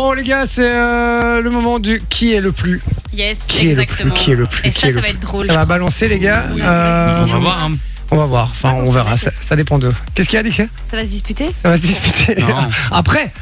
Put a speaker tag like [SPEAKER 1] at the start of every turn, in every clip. [SPEAKER 1] Bon les gars, c'est euh, le moment du qui est le plus.
[SPEAKER 2] Yes,
[SPEAKER 1] Qui est le plus,
[SPEAKER 2] exactement.
[SPEAKER 1] qui est le plus,
[SPEAKER 2] Et
[SPEAKER 1] qui
[SPEAKER 2] ça,
[SPEAKER 1] est
[SPEAKER 2] ça
[SPEAKER 1] le
[SPEAKER 2] va
[SPEAKER 1] plus.
[SPEAKER 2] être drôle.
[SPEAKER 1] Ça va balancer les gars.
[SPEAKER 2] va
[SPEAKER 1] Euh,
[SPEAKER 2] se
[SPEAKER 3] On va voir. hein.
[SPEAKER 1] on va voir, enfin on verra, ça, ça dépend d'eux. Qu'est-ce qu'il y a Dixie
[SPEAKER 4] Ça va se disputer
[SPEAKER 1] Ça va se disputer.
[SPEAKER 3] Non.
[SPEAKER 1] Après,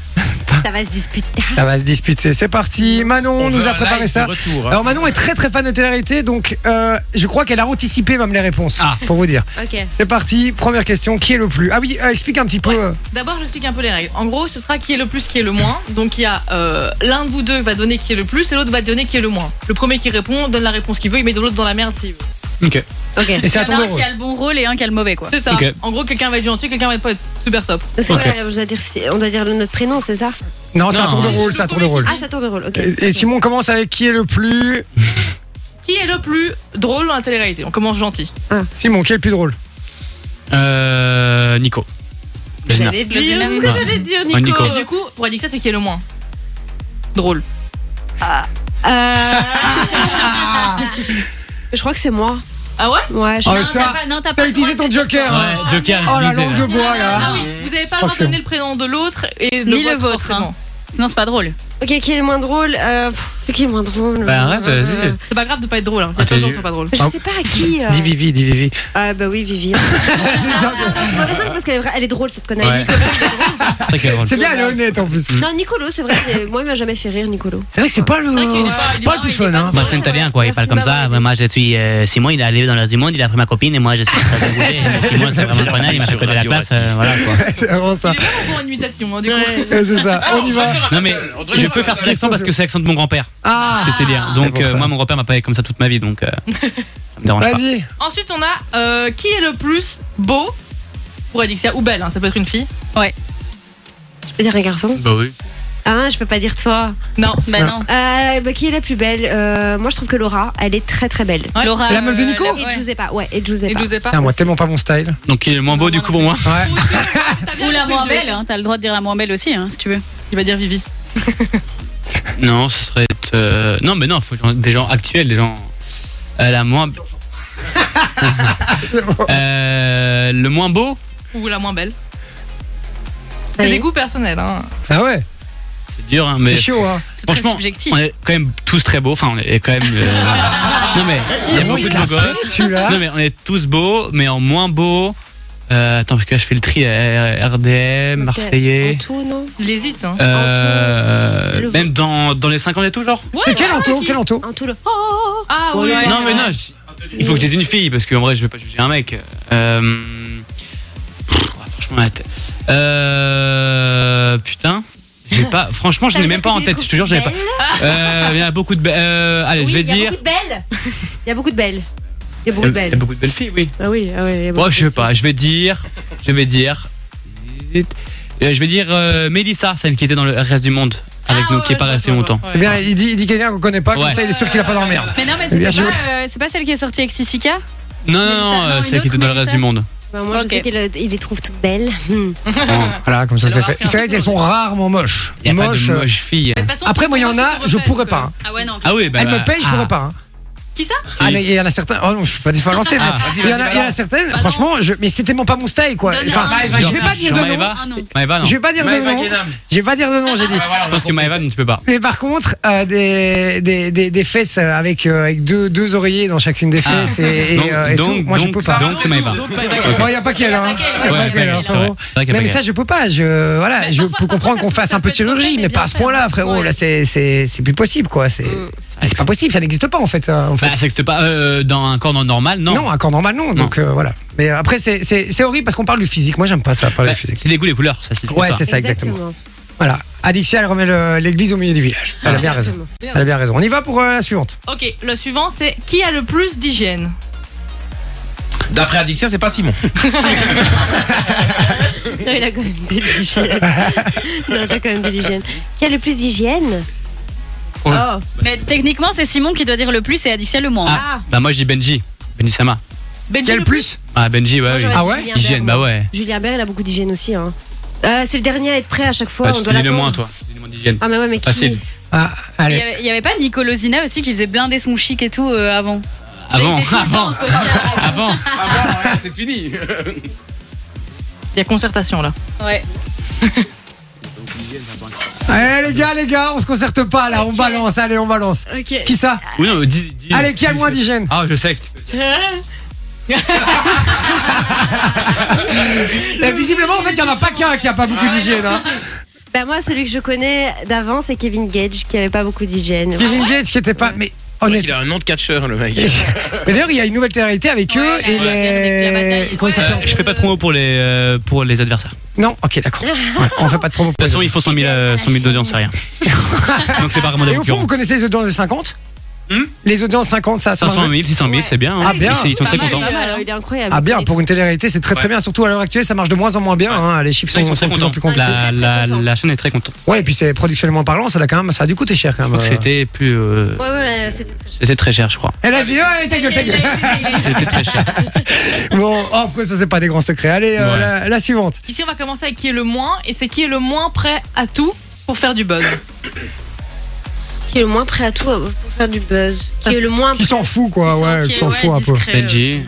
[SPEAKER 4] Ça va se disputer.
[SPEAKER 1] ça va se disputer. C'est parti. Manon
[SPEAKER 3] On
[SPEAKER 1] nous
[SPEAKER 3] veut
[SPEAKER 1] a
[SPEAKER 3] un
[SPEAKER 1] préparé
[SPEAKER 3] live
[SPEAKER 1] ça.
[SPEAKER 3] de retour, hein.
[SPEAKER 1] Alors Manon est très très fan de télé-réalité, donc euh, je crois qu'elle a anticipé même les réponses,
[SPEAKER 3] Ah.
[SPEAKER 1] pour vous dire.
[SPEAKER 4] Ok.
[SPEAKER 1] C'est parti, première question, qui est le plus Ah oui, euh, explique un petit peu.
[SPEAKER 2] Ouais.
[SPEAKER 1] euh,
[SPEAKER 2] D'abord, j'explique un peu les règles. En gros, ce sera qui est le plus, qui est le moins. Donc, il y a euh, l'un de vous deux va donner qui est le plus et l'autre va donner qui est le moins. Le premier qui répond donne la réponse qu'il veut, il met de l'autre dans la merde s'il veut.
[SPEAKER 3] Ok.
[SPEAKER 4] Ok.
[SPEAKER 1] Et c'est à
[SPEAKER 5] Il y en
[SPEAKER 1] ton
[SPEAKER 5] a un
[SPEAKER 1] tour.
[SPEAKER 5] qui a le bon rôle et un qui a le mauvais, quoi.
[SPEAKER 2] C'est ça.
[SPEAKER 3] Ok.
[SPEAKER 2] En gros, quelqu'un va être gentil, quelqu'un va être pas être super top.
[SPEAKER 4] C'est
[SPEAKER 3] Ok.
[SPEAKER 4] vrai, on doit dire, si- on doit dire le- notre prénom, c'est ça
[SPEAKER 1] Non, c'est à
[SPEAKER 3] Non.
[SPEAKER 1] tour de rôle, c'est à tour de rôle.
[SPEAKER 4] Ah, ça tourne de rôle, ok.
[SPEAKER 1] Et, et Simon commence avec qui est le plus
[SPEAKER 2] Qui est le plus drôle dans la télé-réalité On commence gentil.
[SPEAKER 1] Simon, qui est le plus drôle
[SPEAKER 3] Euh, Nico. Gina.
[SPEAKER 4] J'allais dire
[SPEAKER 5] Vas-y,
[SPEAKER 4] ce que
[SPEAKER 3] Nana.
[SPEAKER 4] j'allais dire,
[SPEAKER 3] Ah,
[SPEAKER 4] Nico.
[SPEAKER 3] Nico.
[SPEAKER 2] Et du coup, pour dire ça, c'est qui est le moins drôle.
[SPEAKER 4] Euh, Je crois que c'est moi.
[SPEAKER 2] Ah ouais
[SPEAKER 4] Ouais, je...
[SPEAKER 1] Ah,
[SPEAKER 5] non,
[SPEAKER 1] ça,
[SPEAKER 5] t'as pas, non, t'as pas
[SPEAKER 1] T'as
[SPEAKER 5] le
[SPEAKER 1] utilisé
[SPEAKER 5] droit
[SPEAKER 1] ton
[SPEAKER 5] de-
[SPEAKER 1] joker hein.
[SPEAKER 3] Ouais, Joker.
[SPEAKER 1] Oh la
[SPEAKER 3] je disais,
[SPEAKER 1] langue de
[SPEAKER 3] euh, là.
[SPEAKER 1] bois là
[SPEAKER 2] Ah oui, vous avez pas le droit de
[SPEAKER 1] Forcément.
[SPEAKER 2] donner le prénom de l'autre et
[SPEAKER 5] Ni le vôtre,
[SPEAKER 2] forcément.
[SPEAKER 5] Sinon, c'est pas drôle.
[SPEAKER 4] Ok, qui est le moins drôle Euh, pff, C'est qui le moins drôle
[SPEAKER 3] Bah, arrête,
[SPEAKER 4] Euh,
[SPEAKER 3] vas-y.
[SPEAKER 2] C'est pas grave de pas être drôle, hein. Il y a
[SPEAKER 3] Ah, t'as
[SPEAKER 2] plein de gens
[SPEAKER 3] eu-
[SPEAKER 2] qui sont pas drôles.
[SPEAKER 4] Je sais pas à qui. euh.
[SPEAKER 1] Dis Vivi, dis Vivi.
[SPEAKER 4] Ah, bah oui, Vivi. Je me raisonne parce qu'elle est, vra- elle est drôle cette connasse.
[SPEAKER 3] Ouais. Mm. Très calme.
[SPEAKER 1] C'est bien, elle est honnête en plus.
[SPEAKER 4] Non, Nicolo, c'est vrai, mais moi il m'a jamais fait rire, Nicolo.
[SPEAKER 1] C'est vrai que c'est pas le,
[SPEAKER 2] C'est vrai qu'il est pas- il est
[SPEAKER 1] pas le plus
[SPEAKER 2] pas- il
[SPEAKER 1] fun
[SPEAKER 2] est
[SPEAKER 1] hein.
[SPEAKER 2] pas-
[SPEAKER 6] Bah, c'est italien, quoi. Il
[SPEAKER 4] Merci
[SPEAKER 6] parle comme
[SPEAKER 4] d'avoir
[SPEAKER 6] ça.
[SPEAKER 4] aidé.
[SPEAKER 6] Moi, je suis euh, Simon, il est arrivé dans l'As du Monde, il a pris ma copine, et moi, je suis très dégoûté. Simon, c'est vraiment connard, il m'a fait
[SPEAKER 7] Sur
[SPEAKER 6] péter la
[SPEAKER 7] Radio
[SPEAKER 6] place.
[SPEAKER 7] Raciste.
[SPEAKER 6] euh, voilà, quoi.
[SPEAKER 1] C'est vraiment ça.
[SPEAKER 2] Il est vraiment pour une imitation, hein, du coup.
[SPEAKER 1] Ouais, C'est ça, on y va.
[SPEAKER 6] Non, mais je peux faire cet accent parce que c'est l'accent de mon grand-père.
[SPEAKER 1] Ah
[SPEAKER 6] C'est Célien.
[SPEAKER 1] C'est
[SPEAKER 6] Donc,
[SPEAKER 1] pour
[SPEAKER 6] euh,
[SPEAKER 1] ça.
[SPEAKER 6] moi, mon grand-père m'a pas aidé comme ça toute ma vie, donc euh, ça me dérange pas.
[SPEAKER 1] Vas-y.
[SPEAKER 2] Ensuite, on a euh, qui est le plus beau pour Alexia ou belle, hein, ça peut être une fille.
[SPEAKER 4] Je peux dire un garçon
[SPEAKER 3] Bah oui.
[SPEAKER 4] Ah, je peux pas dire toi.
[SPEAKER 2] Non.
[SPEAKER 5] Bah, non.
[SPEAKER 4] Euh, bah, qui est la plus belle Euh, Moi je trouve que Laura, elle est très très belle.
[SPEAKER 2] Ouais.
[SPEAKER 5] Laura,
[SPEAKER 1] La meuf de
[SPEAKER 5] euh,
[SPEAKER 1] Nico
[SPEAKER 5] la-
[SPEAKER 4] Et
[SPEAKER 5] ouais.
[SPEAKER 4] Giuseppa, ouais, et Giuseppa.
[SPEAKER 2] Et je vous ai pas.
[SPEAKER 1] Putain, moi, tellement pas mon style.
[SPEAKER 6] Donc, il est le moins beau, du coup, pour moi.
[SPEAKER 1] Ouais.
[SPEAKER 5] Ou la moins
[SPEAKER 2] Bien joué.
[SPEAKER 5] belle, hein, t'as le droit de dire la moins belle aussi, hein, si tu veux.
[SPEAKER 2] Il va dire Vivi.
[SPEAKER 6] Non, ce serait. euh, Non, mais non, faut genre- des gens actuels, des gens. Euh, la moins. Euh, le moins beau
[SPEAKER 2] Ou la moins belle. C'est
[SPEAKER 4] Allez.
[SPEAKER 2] des goûts personnels. Hein.
[SPEAKER 1] Ah ouais,
[SPEAKER 6] C'est dur, hein,
[SPEAKER 1] c'est
[SPEAKER 6] mais.
[SPEAKER 1] chaud hein.
[SPEAKER 5] C'est très
[SPEAKER 6] Franchement,
[SPEAKER 5] subjectif.
[SPEAKER 6] on est quand même tous très beaux. Enfin, on est quand même. euh, voilà. Non, mais il y a
[SPEAKER 1] Gros,
[SPEAKER 6] beaucoup
[SPEAKER 1] il
[SPEAKER 6] de
[SPEAKER 1] l'a
[SPEAKER 6] beaux gosses.
[SPEAKER 1] pris, celui-là.
[SPEAKER 6] Non mais on est tous beaux, mais en moins beaux. Euh, attends, parce que là, je fais le tri euh, RDM,
[SPEAKER 4] Ok.
[SPEAKER 6] Marseillais.
[SPEAKER 4] Antoine, non
[SPEAKER 2] Il hésite. Hein.
[SPEAKER 6] euh,
[SPEAKER 4] Le
[SPEAKER 6] même dans, dans les 50 et tout, genre
[SPEAKER 2] Ouais,
[SPEAKER 1] C'est quel
[SPEAKER 2] ouais,
[SPEAKER 1] anto
[SPEAKER 2] ouais,
[SPEAKER 1] Quel anto
[SPEAKER 4] Antoine. Oh
[SPEAKER 2] Ah oui, ouais,
[SPEAKER 6] Non,
[SPEAKER 2] c'est
[SPEAKER 6] mais
[SPEAKER 2] vrai.
[SPEAKER 6] non, je- il faut que je dise une fille, parce qu'en vrai, je vais pas juger un mec. Euh, pff, ouais, franchement, la tête. Euh, putain. J'ai pas, franchement, je
[SPEAKER 4] Ça
[SPEAKER 6] l'ai
[SPEAKER 4] veut
[SPEAKER 6] même
[SPEAKER 4] dire
[SPEAKER 6] pas
[SPEAKER 4] que
[SPEAKER 6] en
[SPEAKER 4] tu les
[SPEAKER 6] tête, je te jure, j'avais pas.
[SPEAKER 4] trouves Ah
[SPEAKER 6] Euh, il y a beaucoup de. be- euh, allez,
[SPEAKER 4] Oui,
[SPEAKER 6] je vais
[SPEAKER 4] il y a
[SPEAKER 6] dire.
[SPEAKER 4] beaucoup de belles. Il y a beaucoup de belles. Il y a
[SPEAKER 6] Euh, Il
[SPEAKER 4] beaucoup
[SPEAKER 6] y
[SPEAKER 4] de
[SPEAKER 6] a
[SPEAKER 4] belles.
[SPEAKER 6] beaucoup de belles filles, oui.
[SPEAKER 4] Ah oui, ah ouais. il y a beaucoup
[SPEAKER 6] Bon, je
[SPEAKER 4] de
[SPEAKER 6] sais pas, je vais dire. Je vais dire. Euh, Je vais dire euh, Mélissa, celle qui était dans le reste du monde, avec
[SPEAKER 2] Ah,
[SPEAKER 6] nous,
[SPEAKER 2] ouais,
[SPEAKER 6] qui est pas
[SPEAKER 2] ouais, je
[SPEAKER 6] restée
[SPEAKER 2] vois,
[SPEAKER 6] longtemps.
[SPEAKER 2] je
[SPEAKER 1] C'est Eh bien, il dit, il dit quelqu'un qu'on connaît pas, comme
[SPEAKER 6] Ouais.
[SPEAKER 1] ça il est sûr qu'il a pas dans la merde.
[SPEAKER 5] Mais non, mais
[SPEAKER 1] Bien
[SPEAKER 5] c'est
[SPEAKER 1] joué.
[SPEAKER 5] pas, euh, c'est pas celle qui est sortie avec Sissika
[SPEAKER 6] Non, non,
[SPEAKER 5] Mélissa,
[SPEAKER 6] non,
[SPEAKER 5] non,
[SPEAKER 6] euh,
[SPEAKER 5] une
[SPEAKER 6] celle qui
[SPEAKER 5] autre
[SPEAKER 6] était dans le reste
[SPEAKER 5] Mélissa
[SPEAKER 6] du monde.
[SPEAKER 4] Bah, moi je
[SPEAKER 5] Ok.
[SPEAKER 4] sais qu'il euh, il les trouve toutes belles. Hmm.
[SPEAKER 6] Il
[SPEAKER 1] Voilà, comme ça c'est
[SPEAKER 2] Alors,
[SPEAKER 1] fait.
[SPEAKER 2] après,
[SPEAKER 1] C'est vrai
[SPEAKER 2] un peu
[SPEAKER 1] qu'elles sont rarement moches.
[SPEAKER 6] y a pas
[SPEAKER 1] Moches.
[SPEAKER 6] de
[SPEAKER 1] euh,
[SPEAKER 6] moche fille.
[SPEAKER 2] vois. De toute façon,
[SPEAKER 1] Après, moi, il y en
[SPEAKER 2] forcément,
[SPEAKER 1] a,
[SPEAKER 2] tu te
[SPEAKER 1] je
[SPEAKER 2] refais,
[SPEAKER 1] pourrais pas.
[SPEAKER 2] parce
[SPEAKER 1] hein.
[SPEAKER 5] Ah ouais, non.
[SPEAKER 6] Ah oui, bah,
[SPEAKER 1] Elle me paye, je
[SPEAKER 6] ah.
[SPEAKER 1] pourrais pas. hein.
[SPEAKER 2] que- Qui ça
[SPEAKER 1] Ah, mais il y en a certains. Oh non, je peux pas dire pas lancer,
[SPEAKER 6] Ah.
[SPEAKER 1] mais il y en a, il y en a
[SPEAKER 2] Bah,
[SPEAKER 1] certaines. Franchement, je... mais c'est tellement pas mon style, quoi.
[SPEAKER 5] Donne
[SPEAKER 1] Enfin,
[SPEAKER 5] un. Maëva,
[SPEAKER 1] Ah, je vais pas
[SPEAKER 6] Jean-
[SPEAKER 1] dire de
[SPEAKER 6] Jean-
[SPEAKER 1] nom.
[SPEAKER 6] Maëva
[SPEAKER 5] Ah non.
[SPEAKER 6] Maëva, non.
[SPEAKER 1] Je vais pas dire de nom. Je vais pas dire de nom,
[SPEAKER 2] Ah, bah,
[SPEAKER 1] j'ai dit.
[SPEAKER 7] Ah
[SPEAKER 6] Je pense que Maëva, tu peux pas.
[SPEAKER 1] Mais par contre, euh, des, des, des, des fesses euh, avec, euh, avec deux, deux oreillers dans chacune des
[SPEAKER 6] Ah.
[SPEAKER 1] fesses et, et,
[SPEAKER 6] Donc,
[SPEAKER 1] euh, et tout,
[SPEAKER 6] donc,
[SPEAKER 1] moi je
[SPEAKER 6] donc,
[SPEAKER 1] peux pas.
[SPEAKER 6] donc, c'est Maëva.
[SPEAKER 2] Donc, bah, bah,
[SPEAKER 1] Bon, il n'y a pas qu'elle, hein.
[SPEAKER 2] Il
[SPEAKER 1] Y
[SPEAKER 2] y a pas qu'elle,
[SPEAKER 1] a
[SPEAKER 2] ouais.
[SPEAKER 1] pas
[SPEAKER 6] Ouais,
[SPEAKER 1] qu'elle, hein,
[SPEAKER 6] ouais, c'est
[SPEAKER 1] frérot.
[SPEAKER 6] vrai. C'est vrai qu'il y a
[SPEAKER 1] Non, mais
[SPEAKER 6] pas
[SPEAKER 1] ça, je peux pas. Je, voilà,
[SPEAKER 2] Mais
[SPEAKER 1] je
[SPEAKER 2] parfois-
[SPEAKER 1] peux
[SPEAKER 2] parfois,
[SPEAKER 1] comprendre
[SPEAKER 2] ça
[SPEAKER 1] qu'on
[SPEAKER 2] peut-
[SPEAKER 1] fasse
[SPEAKER 2] ça
[SPEAKER 1] un peu
[SPEAKER 2] peut
[SPEAKER 1] de
[SPEAKER 2] être vrai,
[SPEAKER 1] chirurgie,
[SPEAKER 2] mais
[SPEAKER 1] mais pas
[SPEAKER 2] bien
[SPEAKER 1] à ce
[SPEAKER 2] sûr.
[SPEAKER 1] point-là, frérot.
[SPEAKER 2] Ouais.
[SPEAKER 1] Là, c'est- c'est c'est plus possible, quoi. C'est c'est pas possible, ça n'existe pas, en fait. euh, en fait.
[SPEAKER 6] Bah, c'est que c'était pas euh, dans un corps normal, non. Bah,
[SPEAKER 1] Non, un corps normal, non. Donc euh, voilà. Mais après, c'est- c'est c'est horrible parce qu'on parle du physique. Moi, j'aime pas ça, parler
[SPEAKER 6] Bah,
[SPEAKER 1] du physique.
[SPEAKER 6] C'est les goûts, les couleurs, ça c'est
[SPEAKER 1] Ouais, c'est ça, exactement. Voilà. Adixia, elle remet le- l'église au milieu du village. Elle a bien raison.
[SPEAKER 4] Exactement.
[SPEAKER 1] Elle a bien raison. On y va pour euh, la suivante.
[SPEAKER 2] Ok, le suivant, c'est qui a le plus d'hygiène
[SPEAKER 7] D'après Addiction, c'est pas Simon.
[SPEAKER 4] Non, il a quand même de l'hygiène. non, t'as quand même de l'hygiène. Qui a le plus d'hygiène
[SPEAKER 6] Ouais.
[SPEAKER 4] Oh,
[SPEAKER 5] Mais techniquement, c'est Simon qui doit dire le plus et Adixia le moins.
[SPEAKER 6] Ah, bah moi je dis Benji. Benji Sama.
[SPEAKER 2] Benji
[SPEAKER 1] Quel
[SPEAKER 2] le
[SPEAKER 1] plus
[SPEAKER 6] Ah, Benji, ouais,
[SPEAKER 4] Moi,
[SPEAKER 6] oui.
[SPEAKER 4] j'aurais
[SPEAKER 1] Ah
[SPEAKER 4] dit
[SPEAKER 1] ouais
[SPEAKER 4] Julien
[SPEAKER 6] Hygiène,
[SPEAKER 4] Bert,
[SPEAKER 6] bah
[SPEAKER 4] moi.
[SPEAKER 6] ouais.
[SPEAKER 4] Julien Bert, il a beaucoup d'hygiène aussi. Hein. Euh, c'est le dernier à être prêt à chaque fois.
[SPEAKER 6] Bah,
[SPEAKER 4] on
[SPEAKER 6] tu
[SPEAKER 4] doit
[SPEAKER 6] dis le moins,
[SPEAKER 4] l'attendre.
[SPEAKER 6] toi. Tu dis le moins d'hygiène.
[SPEAKER 4] Ah, mais ouais, mais qui
[SPEAKER 6] Facile.
[SPEAKER 1] Ah,
[SPEAKER 5] Il y
[SPEAKER 1] allez.
[SPEAKER 5] avait- il y avait pas Nicolo Zina aussi qui faisait blinder son chic et tout euh, avant.
[SPEAKER 1] Ah
[SPEAKER 6] Avant,
[SPEAKER 5] Il était tout le temps en
[SPEAKER 6] avant,
[SPEAKER 5] costard.
[SPEAKER 6] avant.
[SPEAKER 7] Ah c'est fini.
[SPEAKER 2] Il y a concertation là.
[SPEAKER 5] Ouais.
[SPEAKER 1] Allez, Eh, les gars, les gars, on se concerte pas là, on
[SPEAKER 4] Ok.
[SPEAKER 1] balance, allez, on balance.
[SPEAKER 4] Ok.
[SPEAKER 1] Qui ça
[SPEAKER 6] Oui, non, dis, dis-
[SPEAKER 1] Allez, qui a le moins
[SPEAKER 6] dis-
[SPEAKER 1] d'hygiène
[SPEAKER 6] Ah, je sais que tu peux dire.
[SPEAKER 1] Et Eh, Visiblement, en fait, il y en a pas qu'un qui a pas beaucoup d'hygiène. Hein.
[SPEAKER 4] Bah moi, celui que je connais d'avant, c'est Kevin Gage, qui avait pas beaucoup d'hygiène.
[SPEAKER 1] Kevin Gates qui était pas. Mais
[SPEAKER 7] Il
[SPEAKER 1] honnêtement.
[SPEAKER 7] a un nom de catcheur, le mec.
[SPEAKER 1] Mais d'ailleurs, il y a une nouvelle télé-réalité avec
[SPEAKER 2] Ouais,
[SPEAKER 1] eux
[SPEAKER 2] là,
[SPEAKER 1] et
[SPEAKER 2] on a regardé la
[SPEAKER 1] les.
[SPEAKER 2] bataille.
[SPEAKER 1] Comment ils
[SPEAKER 2] Ouais.
[SPEAKER 1] s'appellent
[SPEAKER 6] Euh, je fais pas de promo pour les, euh, pour les adversaires. De
[SPEAKER 1] Non, ok, d'accord. Ouais, on fait pas de promo.
[SPEAKER 6] toute façon, ils font 100 000, euh, 100 000 d'audience, c'est rien. Donc c'est pas vraiment
[SPEAKER 1] Et
[SPEAKER 6] des
[SPEAKER 1] au fond,
[SPEAKER 6] concurrents.
[SPEAKER 1] vous connaissez les audiences de 50
[SPEAKER 6] Hmm
[SPEAKER 1] Les audiences 50, ça, ça marche
[SPEAKER 6] 500 000, 600 000, c'est bien. hein.
[SPEAKER 1] Ah, bien.
[SPEAKER 6] Ils, ils sont
[SPEAKER 2] Pas
[SPEAKER 6] très
[SPEAKER 2] mal,
[SPEAKER 6] contents.
[SPEAKER 2] pas mal, hein.
[SPEAKER 4] Il est incroyable.
[SPEAKER 1] Ah bien, pour une télé-réalité, c'est très très
[SPEAKER 6] Ouais.
[SPEAKER 1] bien. Surtout à l'heure actuelle, ça marche de moins en moins bien. hein. Les chiffres
[SPEAKER 6] Ça,
[SPEAKER 1] sont,
[SPEAKER 6] ils sont
[SPEAKER 1] sont
[SPEAKER 6] très
[SPEAKER 1] de plus en
[SPEAKER 6] contents.
[SPEAKER 1] plus contents.
[SPEAKER 4] Ils sont
[SPEAKER 6] La,
[SPEAKER 4] très, très
[SPEAKER 6] la-
[SPEAKER 4] contents.
[SPEAKER 6] la chaîne est très contente.
[SPEAKER 1] Ouais, et puis c'est productionnellement parlant, ça a quand même, ça a dû coûter cher quand même.
[SPEAKER 6] Donc c'était plus. euh,
[SPEAKER 4] Ouais, voilà, c'était très
[SPEAKER 6] C'était très cher, je crois.
[SPEAKER 1] Elle a dit, ouais, ta gueule, ta gueule.
[SPEAKER 6] C'était très cher.
[SPEAKER 1] Bon, oh, après ça c'est pas des grands secrets. Allez, euh,
[SPEAKER 6] Ouais.
[SPEAKER 1] la, la suivante.
[SPEAKER 2] Ici, on va commencer avec qui est le moins, et c'est qui est le moins prêt à tout pour faire du buzz.
[SPEAKER 4] Qui est le moins prêt à tout euh, pour faire du buzz. Qui est le moins
[SPEAKER 1] Qui s'en fout quoi, ouais, qui s'en fout un peu.
[SPEAKER 2] discret, euh,
[SPEAKER 6] Benji.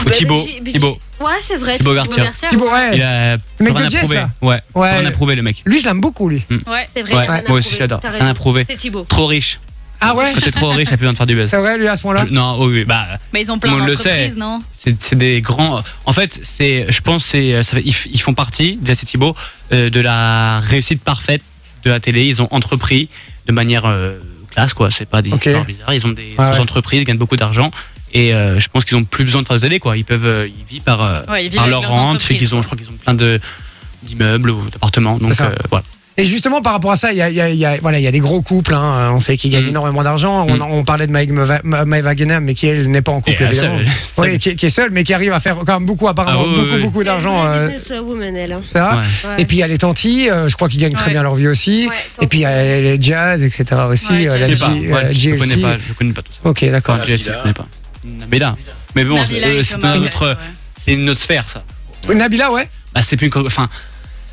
[SPEAKER 6] Ou
[SPEAKER 4] Bah,
[SPEAKER 6] Thibaut.
[SPEAKER 4] Benji- Benji-
[SPEAKER 6] Thibaut.
[SPEAKER 4] Ouais, c'est vrai.
[SPEAKER 6] Thibaut
[SPEAKER 4] tu-
[SPEAKER 6] Garcia.
[SPEAKER 4] tu-
[SPEAKER 2] Garcia,
[SPEAKER 1] Thibaut, ouais.
[SPEAKER 6] Il a
[SPEAKER 1] mec
[SPEAKER 6] rien
[SPEAKER 1] de Jess,
[SPEAKER 6] approuvé.
[SPEAKER 1] là
[SPEAKER 6] Ouais.
[SPEAKER 1] Ouais.
[SPEAKER 6] Rien approuvé, le mec.
[SPEAKER 1] Lui, je l'aime beaucoup lui.
[SPEAKER 4] C'est vrai. t'as
[SPEAKER 6] Ouais, moi
[SPEAKER 4] bien
[SPEAKER 6] aussi,
[SPEAKER 4] approuvé,
[SPEAKER 6] j'adore.
[SPEAKER 4] t'as
[SPEAKER 6] Rien
[SPEAKER 4] raison.
[SPEAKER 6] approuvé.
[SPEAKER 4] C'est Thibaut.
[SPEAKER 6] Trop riche.
[SPEAKER 1] Ah ouais
[SPEAKER 6] Quand t'es trop riche, t'as plus besoin de faire du buzz.
[SPEAKER 1] C'est vrai lui à ce point-là
[SPEAKER 6] Je- Non, oui, oui, bah,
[SPEAKER 5] Mais ils ont plein
[SPEAKER 6] Tout le monde le
[SPEAKER 5] d'entreprises, non
[SPEAKER 6] c'est c'est des grands. En fait, c'est, je pense, c'est, euh, ça fait- ils, f- ils font partie, déjà c'est Thibaut, euh, de la réussite parfaite de la télé. Ils ont entrepris de manière euh, classe, quoi. C'est pas des
[SPEAKER 1] Ok.
[SPEAKER 6] histoires bizarres. Ils ont des
[SPEAKER 1] Ouais, ouais.
[SPEAKER 6] entreprises, ils gagnent beaucoup d'argent. Et euh, je pense qu'ils ont plus besoin de faire de télé, quoi. Ils peuvent, euh, ils vivent par, euh,
[SPEAKER 5] Ouais, ils vivent
[SPEAKER 6] par
[SPEAKER 5] avec
[SPEAKER 6] leur
[SPEAKER 5] leurs
[SPEAKER 6] rente.
[SPEAKER 5] entreprises.
[SPEAKER 6] Ils ont, je crois qu'ils ont plein de d'immeubles ou d'appartements. Donc
[SPEAKER 1] C'est ça.
[SPEAKER 6] euh, voilà.
[SPEAKER 1] Et justement, par rapport à ça, il y a, il y a- il y a- voilà, il y a des gros couples. Hein, on sait qu'ils gagnent
[SPEAKER 6] Mm.
[SPEAKER 1] énormément d'argent. On,
[SPEAKER 6] Mm.
[SPEAKER 1] on parlait de Maëva- Ma- Maëva Guénem, mais qui elle n'est pas en couple,
[SPEAKER 6] Et, euh,
[SPEAKER 1] évidemment.
[SPEAKER 6] seul.
[SPEAKER 1] Oui, qui, qui est seule, mais qui arrive à faire quand même beaucoup, apparemment,
[SPEAKER 6] Ah oui, oui,
[SPEAKER 1] beaucoup,
[SPEAKER 6] oui.
[SPEAKER 1] beaucoup d'argent.
[SPEAKER 4] C'est une
[SPEAKER 1] euh,
[SPEAKER 4] businesswoman, elle. hein.
[SPEAKER 1] ça.
[SPEAKER 6] Ouais.
[SPEAKER 4] Ouais.
[SPEAKER 1] Et puis il y a les tantis, euh, je crois qu'ils gagnent très
[SPEAKER 5] Ouais.
[SPEAKER 1] bien leur vie aussi.
[SPEAKER 4] Ouais,
[SPEAKER 1] Et puis il y a les jazz, etc. aussi.
[SPEAKER 5] Ouais,
[SPEAKER 1] euh, la
[SPEAKER 6] Je sais
[SPEAKER 1] G-
[SPEAKER 6] pas. Ouais,
[SPEAKER 1] euh,
[SPEAKER 6] je connais
[SPEAKER 1] GLC.
[SPEAKER 6] pas. Je connais pas tout ça.
[SPEAKER 1] Ok, d'accord.
[SPEAKER 6] Enfin, GLC, je connais pas. Nabila. Mais bon, c'est
[SPEAKER 5] Nabila
[SPEAKER 6] euh,
[SPEAKER 5] et
[SPEAKER 6] c'est
[SPEAKER 5] Thomas,
[SPEAKER 6] un
[SPEAKER 5] ouais,
[SPEAKER 6] autre-
[SPEAKER 5] ouais.
[SPEAKER 6] c'est une autre sphère, ça.
[SPEAKER 1] Euh, Nabila, ouais.
[SPEAKER 6] Bah, c'est plus une. co- Enfin,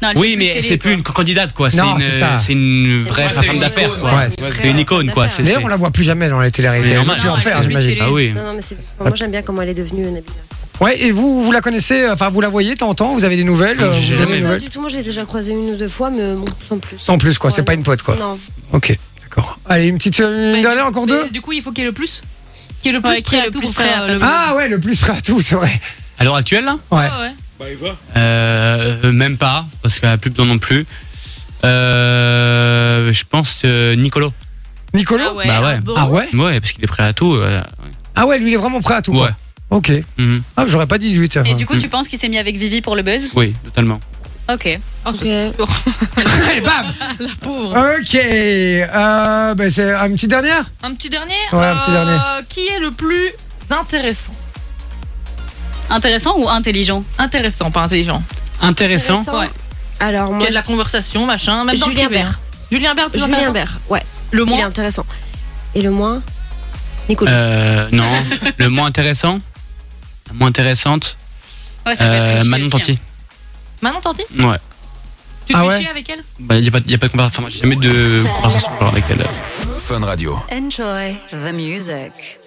[SPEAKER 5] Non, elle
[SPEAKER 6] oui,
[SPEAKER 5] fait plus Ah, de
[SPEAKER 6] mais
[SPEAKER 5] télé,
[SPEAKER 6] c'est
[SPEAKER 5] quoi.
[SPEAKER 6] plus une candidate, quoi. C'est
[SPEAKER 1] Non,
[SPEAKER 6] une,
[SPEAKER 1] c'est ça.
[SPEAKER 6] c'est une vraie
[SPEAKER 7] Ouais, c'est
[SPEAKER 6] femme
[SPEAKER 7] une
[SPEAKER 6] d'affaires,
[SPEAKER 7] icône,
[SPEAKER 6] quoi.
[SPEAKER 1] ouais,
[SPEAKER 4] c'est
[SPEAKER 6] c'est une
[SPEAKER 4] vrai.
[SPEAKER 6] icône, quoi. C'est
[SPEAKER 1] D'ailleurs,
[SPEAKER 6] c'est-
[SPEAKER 1] on la voit plus jamais dans les
[SPEAKER 6] Mais
[SPEAKER 1] télé-réalités. On
[SPEAKER 6] normal.
[SPEAKER 1] peut en
[SPEAKER 5] Non, elle
[SPEAKER 1] faire,
[SPEAKER 5] fait plus de
[SPEAKER 1] j'imagine.
[SPEAKER 5] télé.
[SPEAKER 6] Ah oui.
[SPEAKER 4] Non, non, mais c'est vraiment j'aime bien comment elle est devenue Nabila.
[SPEAKER 1] Ouais, et vous, vous la connaissez, euh, enfin, vous la voyez, temps en temps, vous avez des nouvelles,
[SPEAKER 6] Non,
[SPEAKER 1] euh, vous
[SPEAKER 6] j'ai
[SPEAKER 1] donnez
[SPEAKER 6] jamais
[SPEAKER 1] des
[SPEAKER 6] vu.
[SPEAKER 1] nouvelles.
[SPEAKER 4] du tout, moi j'ai déjà croisé une ou deux fois, mais bon, sans plus.
[SPEAKER 1] Sans plus, quoi. C'est
[SPEAKER 4] Ouais,
[SPEAKER 1] pas une pote, quoi.
[SPEAKER 4] Non.
[SPEAKER 1] Ok, d'accord. Allez, une petite, une
[SPEAKER 2] Ouais,
[SPEAKER 1] dernière, encore
[SPEAKER 2] mais
[SPEAKER 1] deux.
[SPEAKER 2] Du coup, il faut qu'il y ait le plus. Qui est le plus
[SPEAKER 5] Ouais,
[SPEAKER 2] prêt à tout pour faire
[SPEAKER 5] à
[SPEAKER 2] le
[SPEAKER 5] le-
[SPEAKER 2] buzz.
[SPEAKER 1] Ah ouais, le plus près à tout, c'est vrai.
[SPEAKER 6] À l'heure actuelle, là
[SPEAKER 1] Ouais.
[SPEAKER 2] ouais.
[SPEAKER 6] Euh, euh, Même pas, parce qu'elle a plus besoin non plus. Euh, je pense euh, Nicolo.
[SPEAKER 1] Nicolo
[SPEAKER 5] Ah ouais.
[SPEAKER 6] bah ouais.
[SPEAKER 1] Ah ouais
[SPEAKER 6] Ouais, parce qu'il est prêt à tout. euh,
[SPEAKER 1] Ah ouais, lui, il est vraiment prêt à tout,
[SPEAKER 6] ouais.
[SPEAKER 1] quoi. Ok.
[SPEAKER 6] Mhm.
[SPEAKER 1] Ah, j'aurais pas dit 18.
[SPEAKER 5] Et du coup,
[SPEAKER 6] Mm.
[SPEAKER 5] tu penses qu'il s'est mis avec Vivi pour le buzz
[SPEAKER 6] Oui, totalement.
[SPEAKER 5] Ok.
[SPEAKER 2] Oh,
[SPEAKER 4] Ok.
[SPEAKER 2] c'est sûr.
[SPEAKER 1] Allez, bam
[SPEAKER 2] La pauvre.
[SPEAKER 1] Ok. Euh, bah, c'est une petite dernière
[SPEAKER 2] Un petit dernier.
[SPEAKER 1] Ouais, un petit
[SPEAKER 2] euh,
[SPEAKER 1] dernier.
[SPEAKER 2] Qui est le plus intéressant
[SPEAKER 5] Intéressant ou intelligent
[SPEAKER 2] Intéressant, pas intelligent.
[SPEAKER 6] Intéressant.
[SPEAKER 2] Ouais.
[SPEAKER 4] Alors moi.
[SPEAKER 2] Qui a de la
[SPEAKER 4] je-
[SPEAKER 2] conversation, machin, même dans le
[SPEAKER 4] Julien
[SPEAKER 2] privé,
[SPEAKER 4] Bert.
[SPEAKER 2] hein. Julien Bert, plus
[SPEAKER 4] Julien
[SPEAKER 2] intéressant.
[SPEAKER 4] Bert. Ouais,
[SPEAKER 2] Le
[SPEAKER 4] il est
[SPEAKER 2] moins.
[SPEAKER 4] intéressant. Et le moins Nicolas.
[SPEAKER 6] Euh, non. le moins intéressant La moins intéressante
[SPEAKER 5] Ouais, ça peut être
[SPEAKER 6] euh,
[SPEAKER 5] aussi, hein.
[SPEAKER 6] Manon
[SPEAKER 5] aussi, hein.
[SPEAKER 6] Tanti.
[SPEAKER 2] Manon Tanti
[SPEAKER 6] Ouais.
[SPEAKER 2] Tu te
[SPEAKER 1] Ah
[SPEAKER 2] fais
[SPEAKER 1] ouais.
[SPEAKER 2] chier avec elle
[SPEAKER 6] Bah, y a pas, y a pas de conversation. Enfin, moi, j'ai jamais de conversation encore avec elle.
[SPEAKER 8] Fun Radio.
[SPEAKER 9] Enjoy the music.